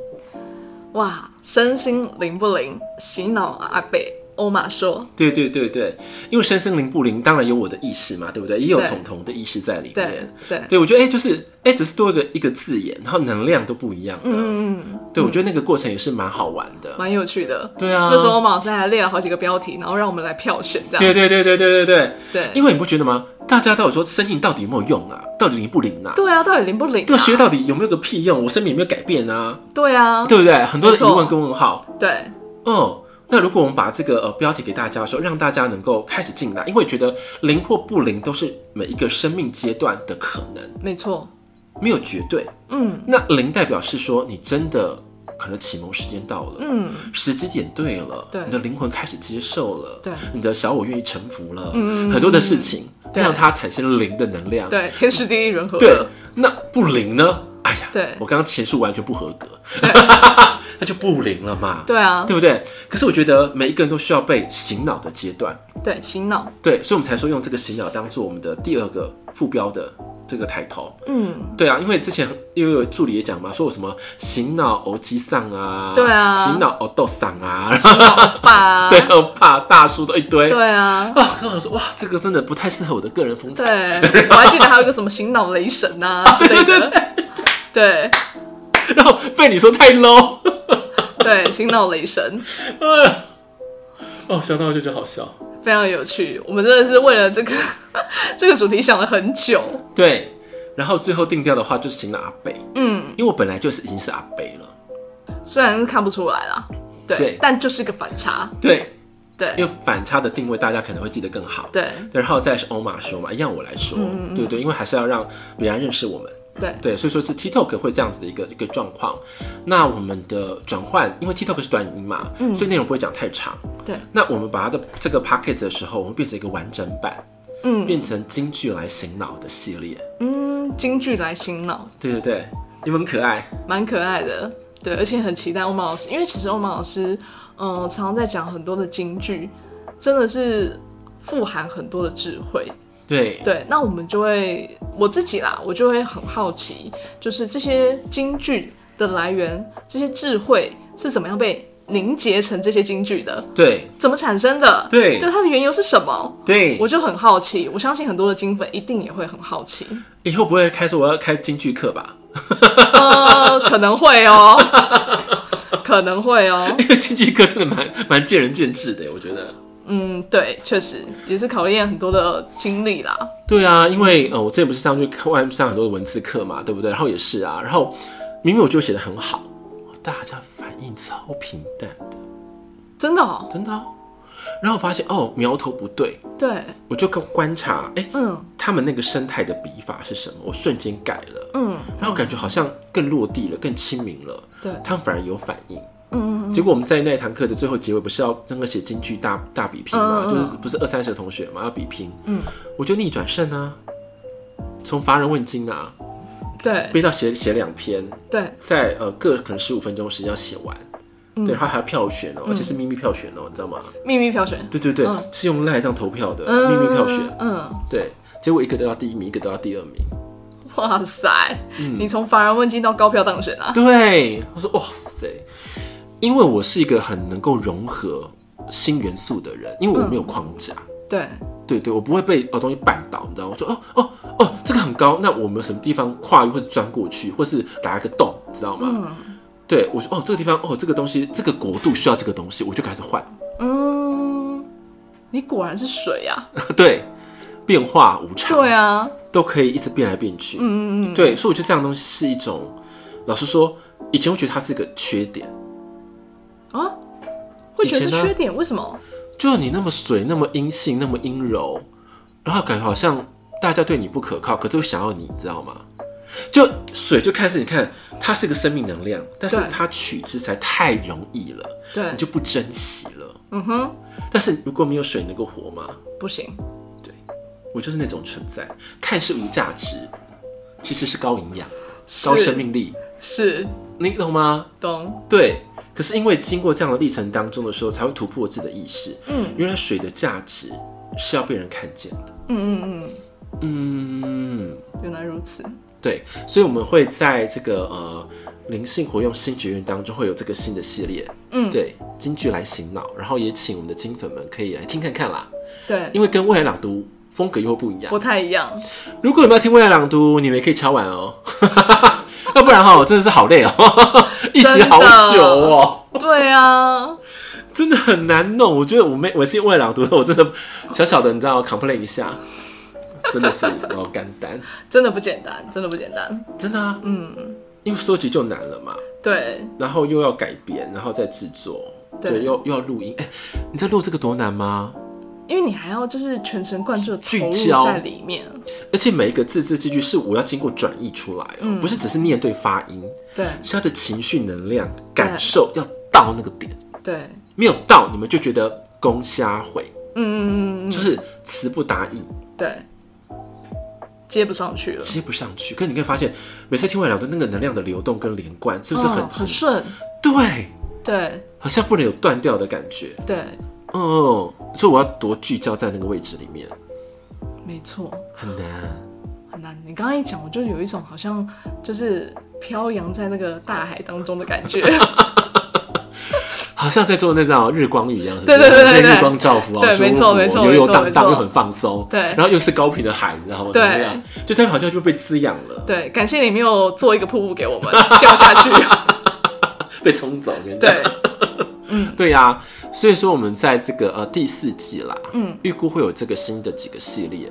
S2: 哇，身心灵不灵？洗脑啊阿贝欧玛说，
S1: 对对对对，因为身心灵不灵，当然有我的意识嘛，对不对？也有
S2: 对
S1: 彤彤的意识在里
S2: 对
S1: 面。
S2: 对，
S1: 对，我觉得哎、就是哎、只是多一个一个字眼，然后能量都不一样了。啊
S2: 嗯嗯，
S1: 对，我觉得那个过程也是蛮好玩的。
S2: 蛮有趣的。
S1: 对啊，
S2: 那时候欧玛老师还列了好几个标题，然后让我们来票选这样。
S1: 对对对对对对对，
S2: 对
S1: 因为你不觉得吗？大家都有说身体到底有没有用啊？到底灵不灵啊？
S2: 对啊，到底灵不灵啊？
S1: 对，学到底有没有个屁用？我生命有没有改变啊？
S2: 对啊，
S1: 对不对？很多的
S2: 没
S1: 疑
S2: 错
S1: 问跟问号。
S2: 对
S1: 嗯，那如果我们把这个呃标题给大家的时候，让大家能够开始进来，因为觉得灵或不灵都是每一个生命阶段的可能，
S2: 没错，
S1: 没有绝对。
S2: 嗯
S1: 那灵代表是说你真的可能启蒙时间到了，
S2: 嗯，
S1: 时机点对了，
S2: 对
S1: 你的灵魂开始接受了，
S2: 对
S1: 你的小我愿意臣服了，
S2: 嗯
S1: 很多的事情
S2: 对
S1: 让它产生灵的能量。
S2: 对，天时地利人和，
S1: 对，那不灵呢？哎呀，
S2: 对
S1: 我刚刚前述完全不合格。 那就不灵了嘛，
S2: 对啊，
S1: 对不对？可是我觉得每一个人都需要被醒脑的阶段，
S2: 对，醒脑，
S1: 对，所以我们才说用这个醒脑当做我们的第二个副标的这个抬头。
S2: 嗯，
S1: 对啊，因为之前因为有助理也讲嘛，说我什么醒脑偶机上啊，
S2: 对啊
S1: 醒脑偶豆上 啊，，
S2: 醒脑吧
S1: 对，我怕大叔都一堆。
S2: 对啊，
S1: 啊，跟我说哇，这个真的不太适合我的个人风采。
S2: 对，我还记得还有一个什么醒脑雷神啊之类的，对
S1: 然后被你说太 low，
S2: 对，醒脑雷神
S1: 哦，想到我就觉得好笑。
S2: 非常有趣，我们真的是为了这个 这个主题想了很久，
S1: 对，然后最后定调的话就是请了阿北，
S2: 嗯，
S1: 因为我本来就是已经是阿北了。
S2: 虽然是看不出来啦，对，
S1: 对
S2: 但就是个反差，
S1: 对，因
S2: 对
S1: 为反差的定位大家可能会记得更好。
S2: 对嗯
S1: 对，然后再是欧玛说嘛，一样我来说，对对，因为还是要让别人认识我们。
S2: 对
S1: 对，所以说是 TikTok 会这样子的一个一个状况。那我们的转换，因为 TikTok 是短音嘛，所以内容不会讲太长。
S2: 嗯对，
S1: 那我们把它的这个 p a c k a g e 的时候，我们变成一个完整版，
S2: 嗯
S1: 变成京剧来醒脑的系列。
S2: 嗯，京剧来醒脑，
S1: 对对对，你们很可爱。
S2: 蛮可爱的，对，而且很期待欧曼老师，因为其实欧曼老师，嗯、常常在讲很多的京剧，真的是富含很多的智慧。
S1: 对
S2: 对，那我们就会我自己啦，我就会很好奇，就是这些京剧的来源，这些智慧是怎么样被凝结成这些京剧的，
S1: 对
S2: 怎么产生的？
S1: 对
S2: 对，它的缘由是什么？
S1: 对，
S2: 我就很好奇，我相信很多的金粉一定也会很好奇。
S1: 以后不会开说我要开京剧课吧？
S2: 呃，可能会哦，可能会哦。
S1: 因为京剧课真的蛮蛮见仁见智的，我觉得。
S2: 嗯，对，确实也是考验很多的经历啦。
S1: 对啊，因为呃，我之前不是上去课外面上很多文字课嘛，对不对？然后也是啊，然后明明我就写的很好，大家反应超平淡的，
S2: 真的、哦，
S1: 真的啊、然后我发现哦，苗头不对，
S2: 对，
S1: 我就观观察，哎，
S2: 嗯
S1: 他们那个生态的笔法是什么？我瞬间改了，
S2: 嗯
S1: 然后感觉好像更落地了，更亲民了，
S2: 对
S1: 他们反而有反应。
S2: 嗯嗯
S1: 结果我们在那一堂课的最后结尾不是要那个写京剧大大比拼嘛，
S2: 嗯嗯嗯
S1: 就是不是二三十个同学嘛要比拼，
S2: 嗯，
S1: 我就逆转胜啊，从乏人问津啊，
S2: 对
S1: 背到写写两篇，
S2: 对，
S1: 在呃各可能十五分钟时间要写完，
S2: 嗯
S1: 对，然后还要票选哦、而且是秘密票选哦、你知道吗？
S2: 秘密票选，
S1: 对对对，
S2: 嗯
S1: 是用赖上投票的、
S2: 嗯，
S1: 秘密票选，，
S2: 嗯，
S1: 对，结果一个得到第一名，一个得到第二名，
S2: 哇塞，
S1: 嗯
S2: 你从乏人问津到高票当选 啊，
S1: 对，我说哇塞，因为我是一个很能够融合新元素的人，因为我没有框架。
S2: 对
S1: 对对，我不会被哦东西绊倒，你知道吗？我说哦哦哦，这个很高，那我们什么地方跨越或是钻过去，或是打一个洞，知道吗？
S2: 嗯
S1: 对，我说哦这个地方哦这个东西这个国度需要这个东西，我就开始换，
S2: 嗯，你果然是水啊，
S1: 对，变化无常，
S2: 对啊，
S1: 都可以一直变来变去，
S2: 嗯嗯嗯，
S1: 对，所以我觉得这样的东西是一种，老实说，以前我觉得它是一个缺点，
S2: 啊，会觉得
S1: 以前
S2: 是
S1: 呢
S2: 缺点，为什么？
S1: 就你那么水，那么阴性，那么阴柔，然后感觉好像大家对你不可靠，可是又想要你，你知道吗？就水就开始，你看它是一个生命能量，但是
S2: 对
S1: 它取之才太容易了，
S2: 对
S1: 你，就不珍惜了。
S2: 嗯哼，
S1: 但是如果没有水，你能够活吗？
S2: 不行，
S1: 我就是那种存在，看似无价值，其实是高营养、
S2: 是
S1: 高生命力，
S2: 是
S1: 你懂吗？
S2: 懂，
S1: 对。可是因为经过这样的历程当中的时候，才会突破自己的意识，
S2: 嗯
S1: 原来水的价值是要被人看见的。
S2: 嗯嗯嗯，
S1: 嗯，
S2: 原来如此，
S1: 对，所以我们会在这个呃灵性活用新学院当中会有这个新的系列，
S2: 嗯
S1: 对，京剧来醒脑，然后也请我们的金粉们可以来听看看啦，
S2: 对，
S1: 因为跟未来朗读风格又会不一样
S2: 不。太一样。
S1: 如果你们要听未来朗读，你们也可以敲碗哦， 要不然哈、我真的是好累哦， 一集好久哦，
S2: 对啊，
S1: 真的很难弄。我觉得我没我是未来朗读的，我真的小小的你知道 complain 一下，真的是哦肝胆，
S2: 真的不简单，真的不简单。
S1: 真的啊，
S2: 嗯，
S1: 因为收集就难了嘛。
S2: 对，
S1: 然后又要改编，然后再制作，
S2: 对
S1: 对，又又要录音。哎、你知道录这个多难吗？
S2: 因为你还要就是全神贯注的投
S1: 聚焦
S2: 入在里面。
S1: 而且每一个字字句句是我要经过转译出来、哦，不是只是念对发音，
S2: 对
S1: 是他的情绪能量感受要到那个点，
S2: 对，
S1: 没有到你们就觉得公瞎回，
S2: 嗯嗯嗯嗯，
S1: 就是词不达意，
S2: 对，接不上去了。
S1: 接不上去。可是你可以发现，每次听完两段那个能量的流动跟连贯，是不是很、
S2: 嗯
S1: 很
S2: 很顺？
S1: 对，
S2: 对
S1: 好像不能有断掉的感觉。
S2: 对，
S1: 哦，所以我要多聚焦在那个位置里面，
S2: 没错，
S1: 很难。
S2: 很难。你刚刚一讲，我就有一种好像就是飘扬在那个大海当中的感 觉。
S1: 好像在做那种日光浴一样，是不
S2: 对
S1: 是？
S2: 对对对对
S1: 被日光照拂啊，
S2: 对
S1: 舒服
S2: 没错没错
S1: 悠悠
S2: 没错
S1: 荡荡
S2: 没错
S1: 又很放松，
S2: 对
S1: 然后又是高频的海，你知道吗？
S2: 对
S1: 怎么样，就这样好像就被滋养了，
S2: 对，感谢你没有做一个瀑布给我们掉下 去。
S1: 被冲走，跟你讲
S2: 对，
S1: 对呀、所以说我们在这个呃第四季啦，
S2: 嗯，
S1: 预估会有这个新的几个系列。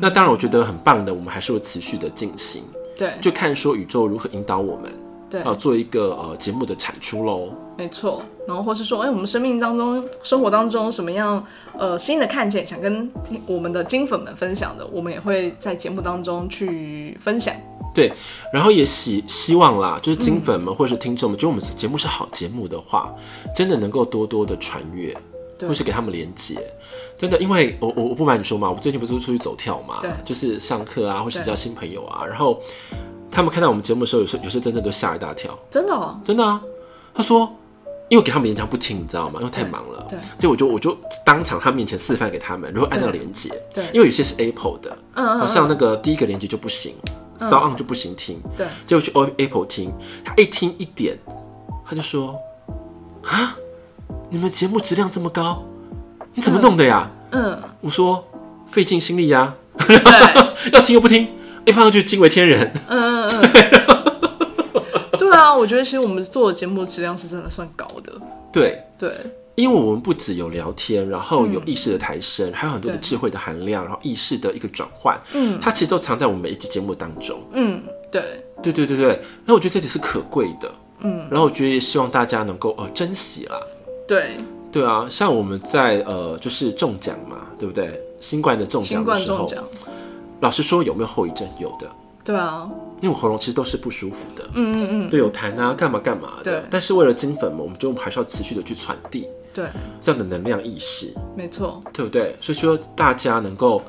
S1: 那当然，我觉得很棒的，我们还是会持续的进行，
S2: 对，
S1: 就看说宇宙如何引导我们，
S2: 对
S1: 呃，，做一个呃节目的产出喽。
S2: 没错。然后或是说，哎、我们生命当中、生活当中什么样呃新的看见，想跟金我们的金粉们分享的，我们也会在节目当中去分享。
S1: 对，然后也希希望啦，就是
S2: 嗯
S1: 金粉们或者是听众们，觉得我们节目是好节目的话，真的能够多多的传阅，
S2: 对
S1: 或是给他们连接。真的，因为我我我不瞒你说嘛，我最近不是出去走跳嘛
S2: 对，
S1: 就是上课啊，或是交新朋友啊，然后他们看到我们节目的时候，有时候有时候真的都吓一大跳，
S2: 真的哦，
S1: 真的啊。他说，因为我给他们连接他不听，你知道吗？因为太
S2: 对
S1: 忙了。
S2: 对
S1: 所以我就我就当场他面前示范给他们，如何按那个
S2: 对
S1: 连接，
S2: 对
S1: 因为有些是 Apple 的，
S2: 嗯嗯
S1: 好像那个第一个连接就不行
S2: 嗯
S1: ，Sound On 就不行听，
S2: 对，
S1: 结果去 O Apple 听，他一听一点，他就说：“啊，你们节目质量这么高，你怎么弄的呀
S2: 嗯，？”
S1: 我说：“费尽心力呀、
S2: 对，
S1: 要听又不听，一放上去惊为天人。
S2: 嗯嗯嗯。对啊，我觉得其实我们做的节目质量是真的算高的，”
S1: 对，
S2: 对
S1: 因为我们不只有聊天，然后有意识的抬升，还有很多的
S2: 嗯对
S1: 智慧的含量，然后意识的一个转换，
S2: 嗯，
S1: 它其实都藏在我们每一期节目当中。
S2: 嗯，对，
S1: 对对对对，那我觉得这点是可贵的，
S2: 嗯，
S1: 然后我觉得也希望大家能够呃珍惜啦，
S2: 对，
S1: 对啊，像我们在呃，就是中奖嘛，对不对？新冠的中
S2: 新
S1: 奖的
S2: 冠
S1: 时
S2: 中
S1: 候，
S2: 奖，
S1: 老实说有没有后遗症？有的，
S2: 对啊，
S1: 因为我喉咙其实都是不舒服的，
S2: 嗯嗯嗯，
S1: 对，有痰啊，干嘛干嘛的
S2: 对。
S1: 但是为了金粉们，我们觉得我们还是要持续的去传递
S2: 嗯对，
S1: 这样的能量意识，
S2: 没错，
S1: 对不对？所以说大家能够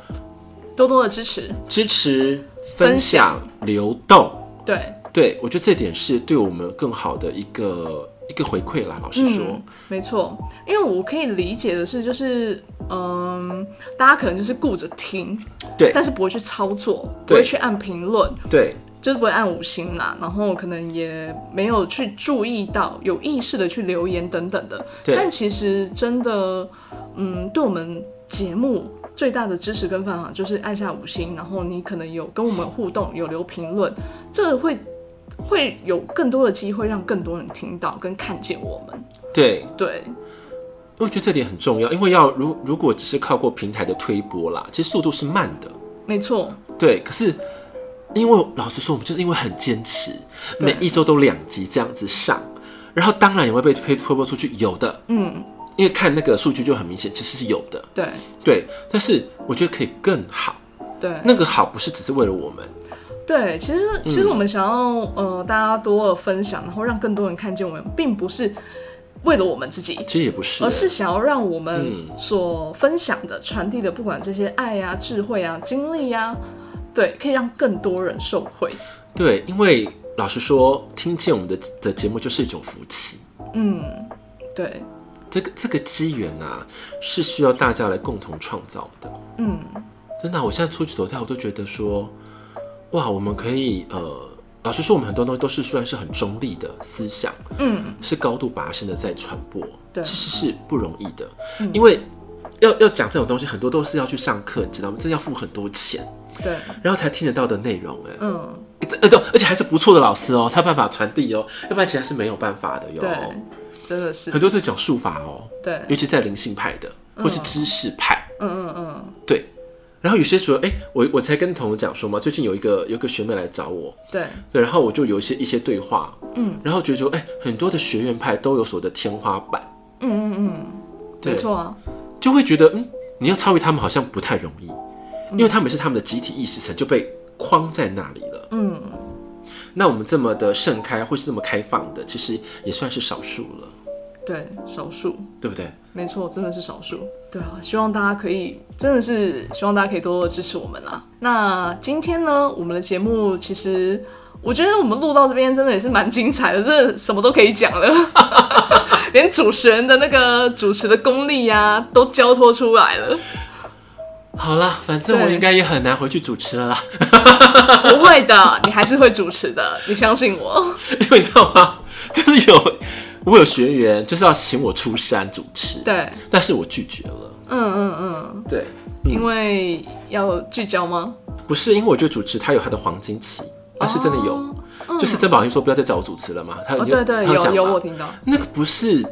S2: 多多的支持，
S1: 支持、
S2: 分
S1: 分享、流动，
S2: 对，
S1: 对我觉得这点是对我们更好的一个一个回馈啦。老实说，
S2: 嗯，没错，因为我可以理解的是，就是嗯，大家可能就是顾着听，
S1: 对
S2: 但是不会去操作，不
S1: 对
S2: 会去按评论，
S1: 对
S2: 就是不会按五星啦，然后可能也没有去注意到有意识的去留言等等的。
S1: 对
S2: 但其实真的，嗯，对我们节目最大的支持跟方法就是按下五星，然后你可能有跟我们互动，有留评论，这会会有更多的机会让更多人听到跟看见我们。
S1: 对，
S2: 对
S1: 因为我觉得这点很重要，因为要如如果只是靠过平台的推波啦，其实速度是慢的，
S2: 没错，
S1: 对。可是因为老实说，我们就是因为很坚持，
S2: 对
S1: 每一周都两集这样子上，然后当然也会被推推波出去，有的，
S2: 嗯，
S1: 因为看那个数据就很明显，其实是有的，
S2: 对
S1: 对。但是我觉得可以更好，
S2: 对
S1: 那个好不是只是为了我们，
S2: 对。其实
S1: 嗯
S2: 其实我们想要呃大家多了分享，然后让更多人看见我们，并不是为了我们自己，
S1: 其实也不是、
S2: 而哦是想要让我们
S1: 嗯
S2: 所分享的、传递的，不管这些爱呀、智慧啊、经历呀、对，可以让更多人受惠。
S1: 对，因为老实说，听见我们的的节目就是一种福气。
S2: 嗯，对，
S1: 这个这个机缘啊，是需要大家来共同创造的。
S2: 嗯，
S1: 真的啊、我现在出去走跳，我都觉得说，哇，我们可以呃，老实说，我们很多东西都是虽然是很中立的思想，
S2: 嗯，
S1: 是高度拔升的在传播，
S2: 对嗯
S1: 其实是不容易的，因为要要讲这种东西，很多都是要去上课，你知道吗？真的要付很多钱，
S2: 对，
S1: 然后才听得到的内容、哎、
S2: 嗯，
S1: 这呃，对，而且还是不错的老师哦，才有办法传递哦，要不然其实是没有办法的哟。
S2: 对，真的是
S1: 很，多在讲术法哦，
S2: 对，
S1: 尤其在灵性派的或是知识派，
S2: 嗯嗯嗯，
S1: 对。然后有些时候，哎、我我才跟同友讲说嘛，最近有一个有一个学妹来找我，
S2: 对，
S1: 对，然后我就有一些一些对话，
S2: 嗯，
S1: 然后觉得说，哎、很多的学院派都有所谓的天花板，
S2: 嗯嗯嗯，
S1: 对
S2: 没错啊，
S1: 就会觉得，嗯，你要超越他们好像不太容易，
S2: 嗯
S1: 因为他们是他们的集体意识层就被框在那里了。
S2: 嗯，
S1: 那我们这么的盛开或是这么开放的，其实也算是少数了，
S2: 对，少数。
S1: 对不对？
S2: 没错，真的是少数。对啊，希望大家可以，真的是希望大家可以多多支持我们啦。那今天呢，我们的节目其实我觉得我们录到这边真的也是蛮精彩的，真的什么都可以讲了， 连主持人的那个主持的功力呀、都交托出来 了。
S1: 好啦，反正我
S2: 对
S1: 应该也很难回去主持了啦，
S2: 不会的，你还是会主持的，你相信我。
S1: 因为你知道吗？就是有我有学员就是要请我出山主持，
S2: 对，
S1: 但是我拒绝了。
S2: 嗯嗯嗯，
S1: 对，
S2: 因为要聚焦吗？
S1: 不是因为我觉得主持它有它的黄金期，而是真的有，就是曾宝仪说不要再找我主持了嘛，他
S2: 嗯哦，
S1: 已经、
S2: 对对，
S1: 他
S2: 有
S1: 讲
S2: 有
S1: 嘛
S2: 我听到，
S1: 那个不是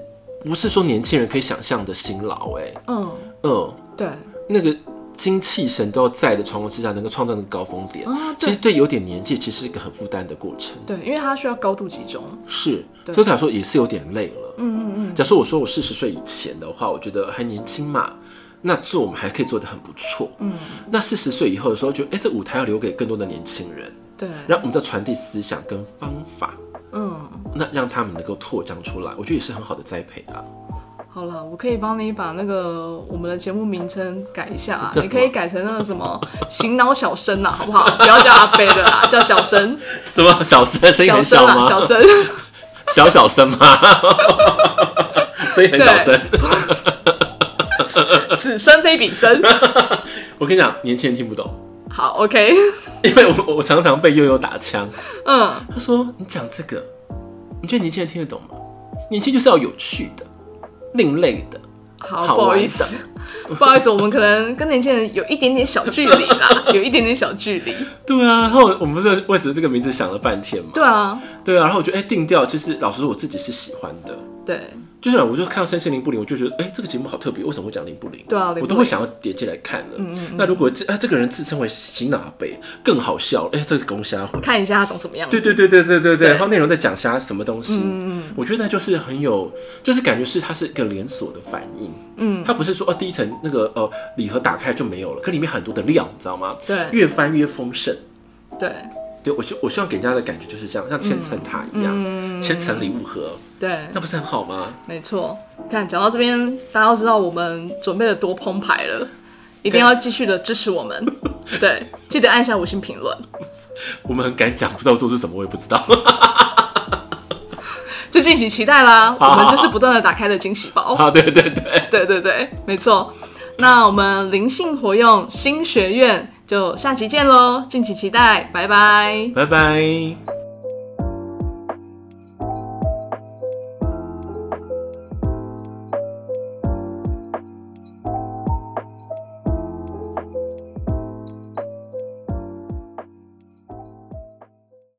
S1: 不是说年轻人可以想象的辛劳哎、
S2: 嗯，
S1: 嗯，
S2: 对，啊
S1: 那个精气神都要在的状况之下，能够创造那个高峰点。
S2: 啊
S1: 其
S2: 对
S1: 实对有点年纪，其实是一个很负担的过程，
S2: 对，因为它需要高度集中。
S1: 是，
S2: 对
S1: 所以来说也是有点累了。
S2: 嗯嗯
S1: 假设我说我四十岁以前的话，我觉得还年轻嘛，那做我们还可以做得很不错。
S2: 嗯嗯，
S1: 那四十岁以后的时候，觉得哎、这舞台要留给更多的年轻人，
S2: 对，
S1: 然后我们再传递思想跟方法，
S2: 嗯。
S1: 那让他们能够拓张出来，我觉得也是很好的栽培啊。
S2: 好了，我可以帮你把那个我们的节目名称改一下啊，
S1: 叫什么
S2: 你可以改成那个什么“醒脑小生”啊，好不好？不要叫阿飞了啦， 叫小生，
S1: 什么小声声音
S2: 小
S1: 很
S2: 生
S1: 小
S2: 啦，
S1: 吗？
S2: 小生。
S1: 小小 声吗？声音很小声。
S2: 此生非彼生。
S1: 我跟你讲，年轻人听不懂，
S2: 好，OK，
S1: 因为我我常常被悠悠打枪。
S2: 嗯，
S1: 他说：“你讲这个，你觉得年轻人听得懂吗？年轻就是要有趣的、另类的。
S2: 好，
S1: 好
S2: 不好
S1: 玩
S2: 意思，不好意思，我们可能跟年轻人有一点点小距离 啦，有一点点小距离。”
S1: 对啊，然后我们不是为此这个名字想了半天嘛？
S2: 对啊，
S1: 对啊，然后我觉得哎、定调其实老实说我自己是喜欢的。
S2: 对，
S1: 就是我就看到身心灵不灵，我就觉得哎、这个节目好特别，为什么会讲灵不灵？
S2: 对啊灵不灵
S1: 我都会想要点进来看了。
S2: 嗯
S1: 那如果这啊这个人自称为洗脑北，更好笑了，哎、这是公虾 会。
S2: 看一下他长什么样
S1: 对
S2: 子。
S1: 对对对对对对，
S2: 对
S1: 然后内容在讲啥什么东西，
S2: 嗯
S1: 我觉得那就是很有，就是感觉是它是一个连锁的反应，
S2: 嗯，
S1: 它不是说哦第一层那个呃礼盒打开就没有了，可里面很多的料，你知道吗？
S2: 对
S1: 越翻越丰盛。
S2: 对
S1: 对我希我希望给人家的感觉就是这样，像千层塔一样，千层礼物盒，
S2: 对
S1: 那，不是很好吗？
S2: 没错。看，讲到这边，大家都知道我们准备的多澎湃了，一定要继续的支持我 们。对，记得按下五星评论。
S1: 我们很敢讲，不知道做是什么，我也不知道。
S2: 就敬请期待啦！
S1: 好
S2: 我
S1: 好
S2: 们就是不断的打开了惊喜包。
S1: 啊，对对对，
S2: 对对对，没错。那我们灵性活用新学院就下期见喽，敬请期待，拜拜。
S1: 拜拜。